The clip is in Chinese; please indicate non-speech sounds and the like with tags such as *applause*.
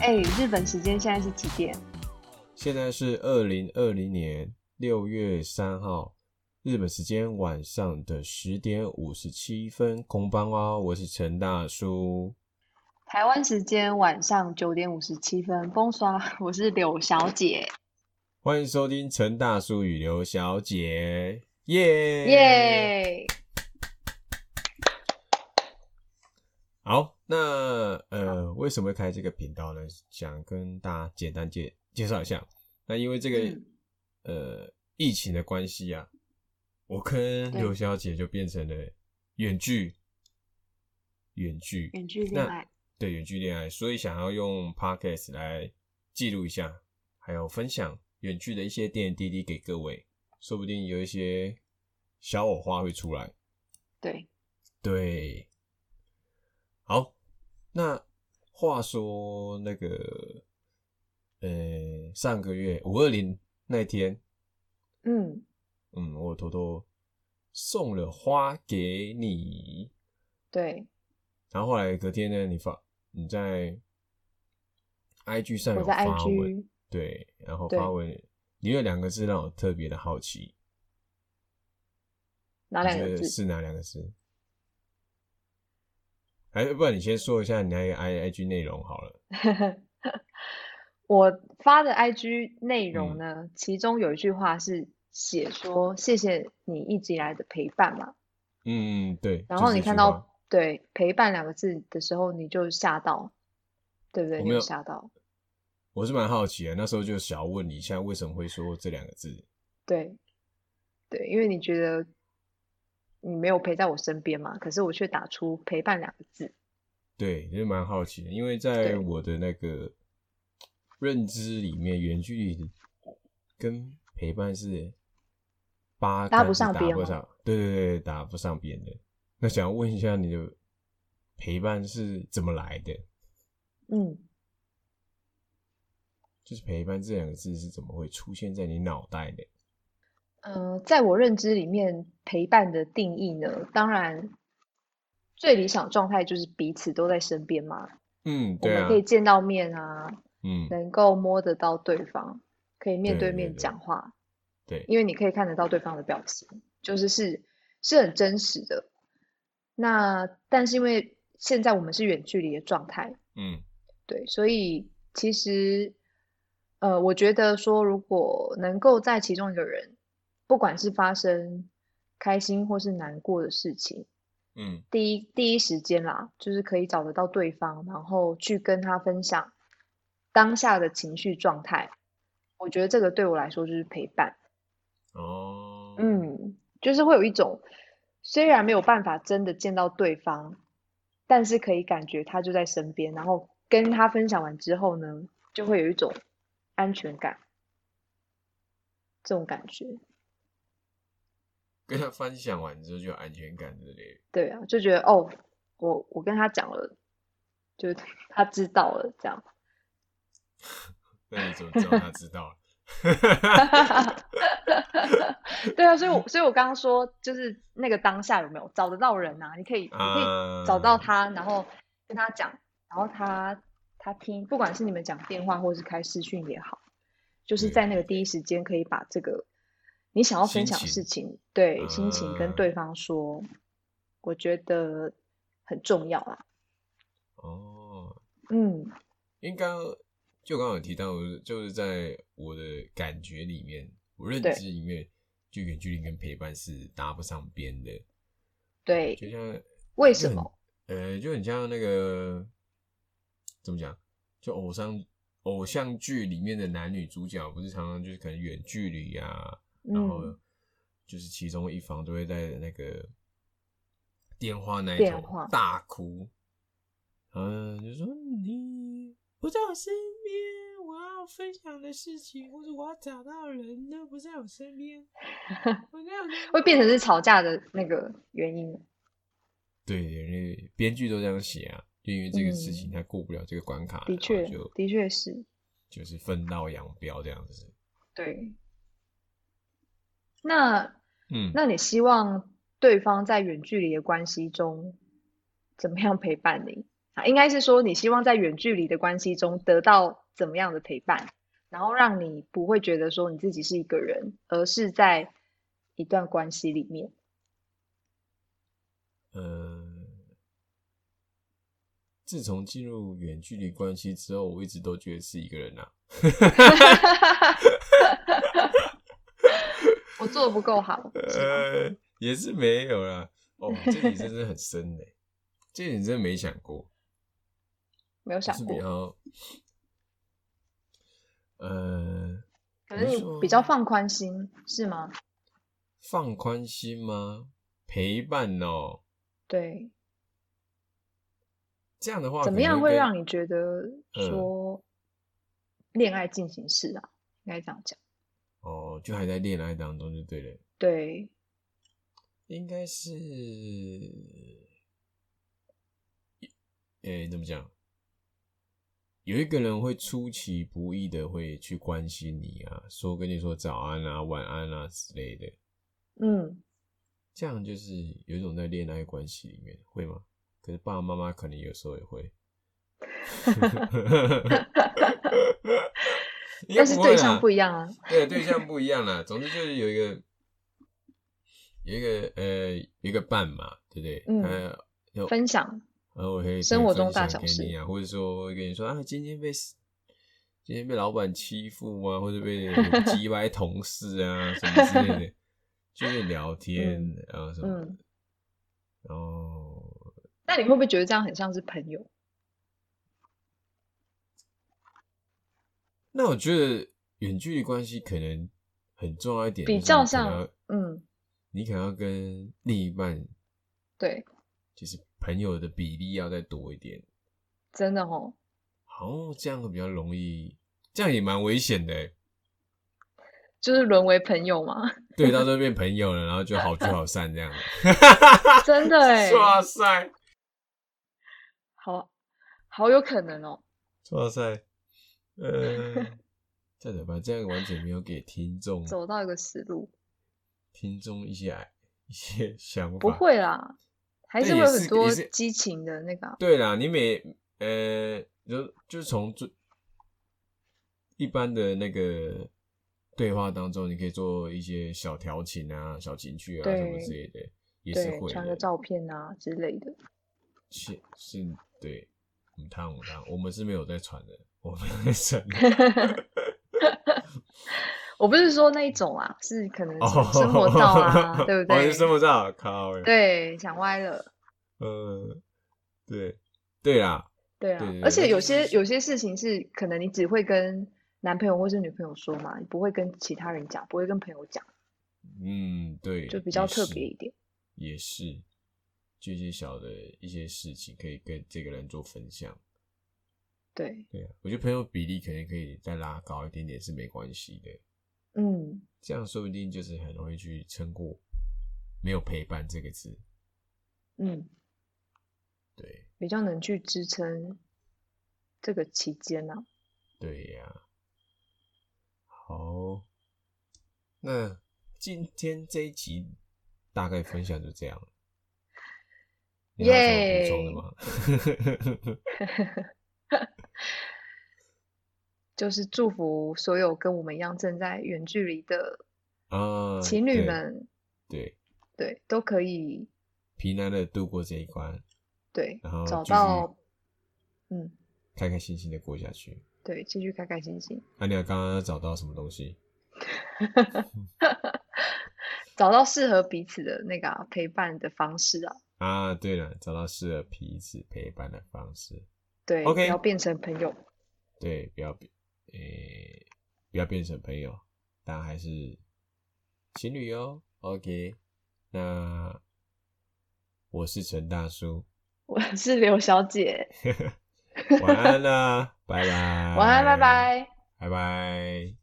哎，日本时间现在是几点？现在是二零二零年六月三号，日本时间晚上的十点五十七分。空班哦，我是陈大叔。台湾时间晚上九点五十七分。风刷，我是柳小姐。欢迎收听陈大叔与刘小姐，耶！耶、好，那呃，为什么会开这个频道呢？想跟大家简单介介绍一下。那因为这个、嗯呃疫情的关系啊，我跟对刘小姐就变成了远距，远距，远距恋爱，对远距恋爱，所以想要用 podcast 来记录一下，还有分享远距的一些点点滴滴给各位，说不定有一些小火花会出来。对，对，好，那话说那个，呃，上个月五二零那天，嗯，嗯，我偷偷送了花给你，对，然后后来隔天呢，你发你在 IG 上我有在发文， IG，对，然后对发文，你有两个字让我特别的好奇，哪你两觉个得字？是哪两个字？哎，不然你先说一下你那个 I I G 内容好了。我发的 IG 内容嗯呢，其中有一句话是写说：“谢谢你一直以来的陪伴嘛。”嗯，对。然就后是你这看句到话对“陪伴”两个字的时候，你就吓到，对不对？我你没有吓到，我是蛮好奇的，那时候就想要问你一下，为什么会说这两个字？对，对，因为你觉得你没有陪在我身边嘛，可是我却打出“陪伴”两个字。对，就是蛮好奇的，因为对在我的那个认知里面，远距离跟陪伴是八搭竿不子上打边不吗上，对对对，打不上边的。那想问一下，你的陪伴是怎么来的？嗯，就是陪伴这两个字是怎么会出现在你脑袋的？呃，在我认知里面，陪伴的定义呢，当然最理想状态就是彼此都在身边嘛，嗯，我对们啊可，以见到面啊，嗯，能够摸得到对方，可以面对对对面对讲话，对，因为你可以看得到对方的表情，就是是是很真实的。那但是因为现在我们是远距离的状态，嗯对，所以其实，呃，我觉得说，如果能够在其中一个人，不管是发生开心或是难过的事情，嗯第一第一时间啦，就是可以找得到对方，然后去跟他分享当下的情绪状态。我觉得这个对我来说就是陪伴，哦，嗯，就是会有一种虽然没有办法真的见到对方，但是可以感觉他就在身边，然后跟他分享完之后呢，就会有一种安全感，这种感觉。跟他分享完之后就有安全感之类的。对啊，就觉得哦，我我跟他讲了，就是他知道了这样。那你怎么知道他知道了？ *laughs* 对啊，所以我所以我刚刚说，就是那个当下有没有找得到人啊？你 *laughs* 可以，你可以啊，找到他，然后跟他讲，然后他他听，不管是你们讲电话或是开视讯也好，就是对在那个第一时间可以把这个你想要分心享的事情情，对心情跟啊对方说，我觉得很重要啊。哦，嗯，因为刚刚就刚刚有提到，就是在我的感觉里面，我认对知里面，就远距离跟陪伴是搭不上边的，就对，像为就什很么？呃，就很像那个怎么讲，就偶像偶像剧里面的男女主角，不是常常就是可能远距离啊，然后嗯，就是其中一方都会在那个电话那一电头话大哭，嗯，就说你不在我身边，我要分享的事情或者我要找到的人都不在我 *laughs* 身边，我在我身边会变成是吵架的那个原因。对，因为编剧都这样写啊，就因为这个事情嗯他过不了这个关卡，的确然后，就的确是，就是分道扬镳这样子，对。那嗯，那你希望对方在远距离的关系中怎么样陪伴你啊应该是说你希望在远距离的关系中得到怎么样的陪伴，然后让你不会觉得说你自己是一个人，而是在一段关系里面。嗯，自从进入远距离关系之后，我一直都觉得是一个人啊。我做的不够好，是吗 *laughs* 呃，也是没有啦。哦，这里真的很深呢、这里真的没想过。没有想是比过。较，呃，可是你我是比较放宽心，是吗？放宽心吗？陪伴哦，对，这样的话怎么样会会让你你觉得嗯说恋爱进行式啊？应该这样讲。哦，就还在恋爱当中就对了，对，应该是，诶、怎么讲？有一个人会出其不意的会去关心你啊，说跟你说早安啊、晚安啊之类的，嗯，这样就是有一种在恋爱关系里面会吗？可是爸爸妈妈可能有时候也 *laughs* 会，应该但是不会对啦象不一样啊。对，对象不一样啦。总之就是有一个有一个呃有一个伴嘛，对不对？嗯呃，有分享，然后我可以生可以活分中大享小给事你啊，或者说我会跟你说啊，今天被今天被老板欺负啊，或者被有击败同事啊什么之类的，就会聊 *laughs* 天，嗯然后什么的，嗯，然后那你会不会觉得这样很像是朋友？那我觉得远距离关系可能很重要一点，比就是较你可能像要嗯，你可能要跟另一半对，就是朋友的比例要再多一点，真的哦。好，这样会比较容易，这样也蛮危险的欸。就是沦为朋友 *laughs* 嘛，对，到时候变朋友了，然后就好聚好散这样。 *laughs* 真的哎，哇塞，好好有可能哦。哇塞，呃，这样怎么办？这样完全没有给听众走到一个死路，听众一些一些想法。不，会啦，还是但会也有是很多也是激情的那个啊、对啦，你每呃，就就从最一般的那个对话当中，你可以做一些小调情啊、小情趣啊对什么之类的，也是对，会传个的。照片啊之类的。是是，对，母汤母汤，我们是没有在传的，我们在 *laughs* 传的我不是说那一种啊，是可能哦，是生活照 *laughs* 啊， *laughs* 对不哦对是？生活照，靠欸，对，想歪了，呃，对对啦，对啊对对。而那且就有些是有些事情是可能你只会跟男朋友或是女朋友说嘛，你不会跟其他人讲，不会跟朋友讲，嗯，对，就比较也特是别一点。也是，就一些小的一些事情可以跟这个人做分享。对，对啊，我觉得朋友比例可能可以再拉高一点点是没关系的，嗯，这样说不定就是很容易去撑过没有陪伴这个字。嗯，对比较能去支撑这个期间啊。对呀、好，那今天这一集大概分享就这样了。你还有什么补充的吗？就是祝福所有跟我们一样正在远距离的 *laughs* 啊，情侣对们，对对，都可以平安的度过这一关，对然后找呃继续到，嗯，开开心心的过下去。对，继续开开心心，那、你有刚刚找到什么东西？找到适合彼此的那个啊、陪伴的方式啊，啊，对了，找到适合彼此陪伴的方式。对 OK 不要变成朋友， *laughs* 对，不要变，诶、不要变成朋友，但还是情侣哦。OK，那我是陈大叔， *laughs* 我是刘小姐，晚安啦，拜拜，晚安，拜，拜。拜拜。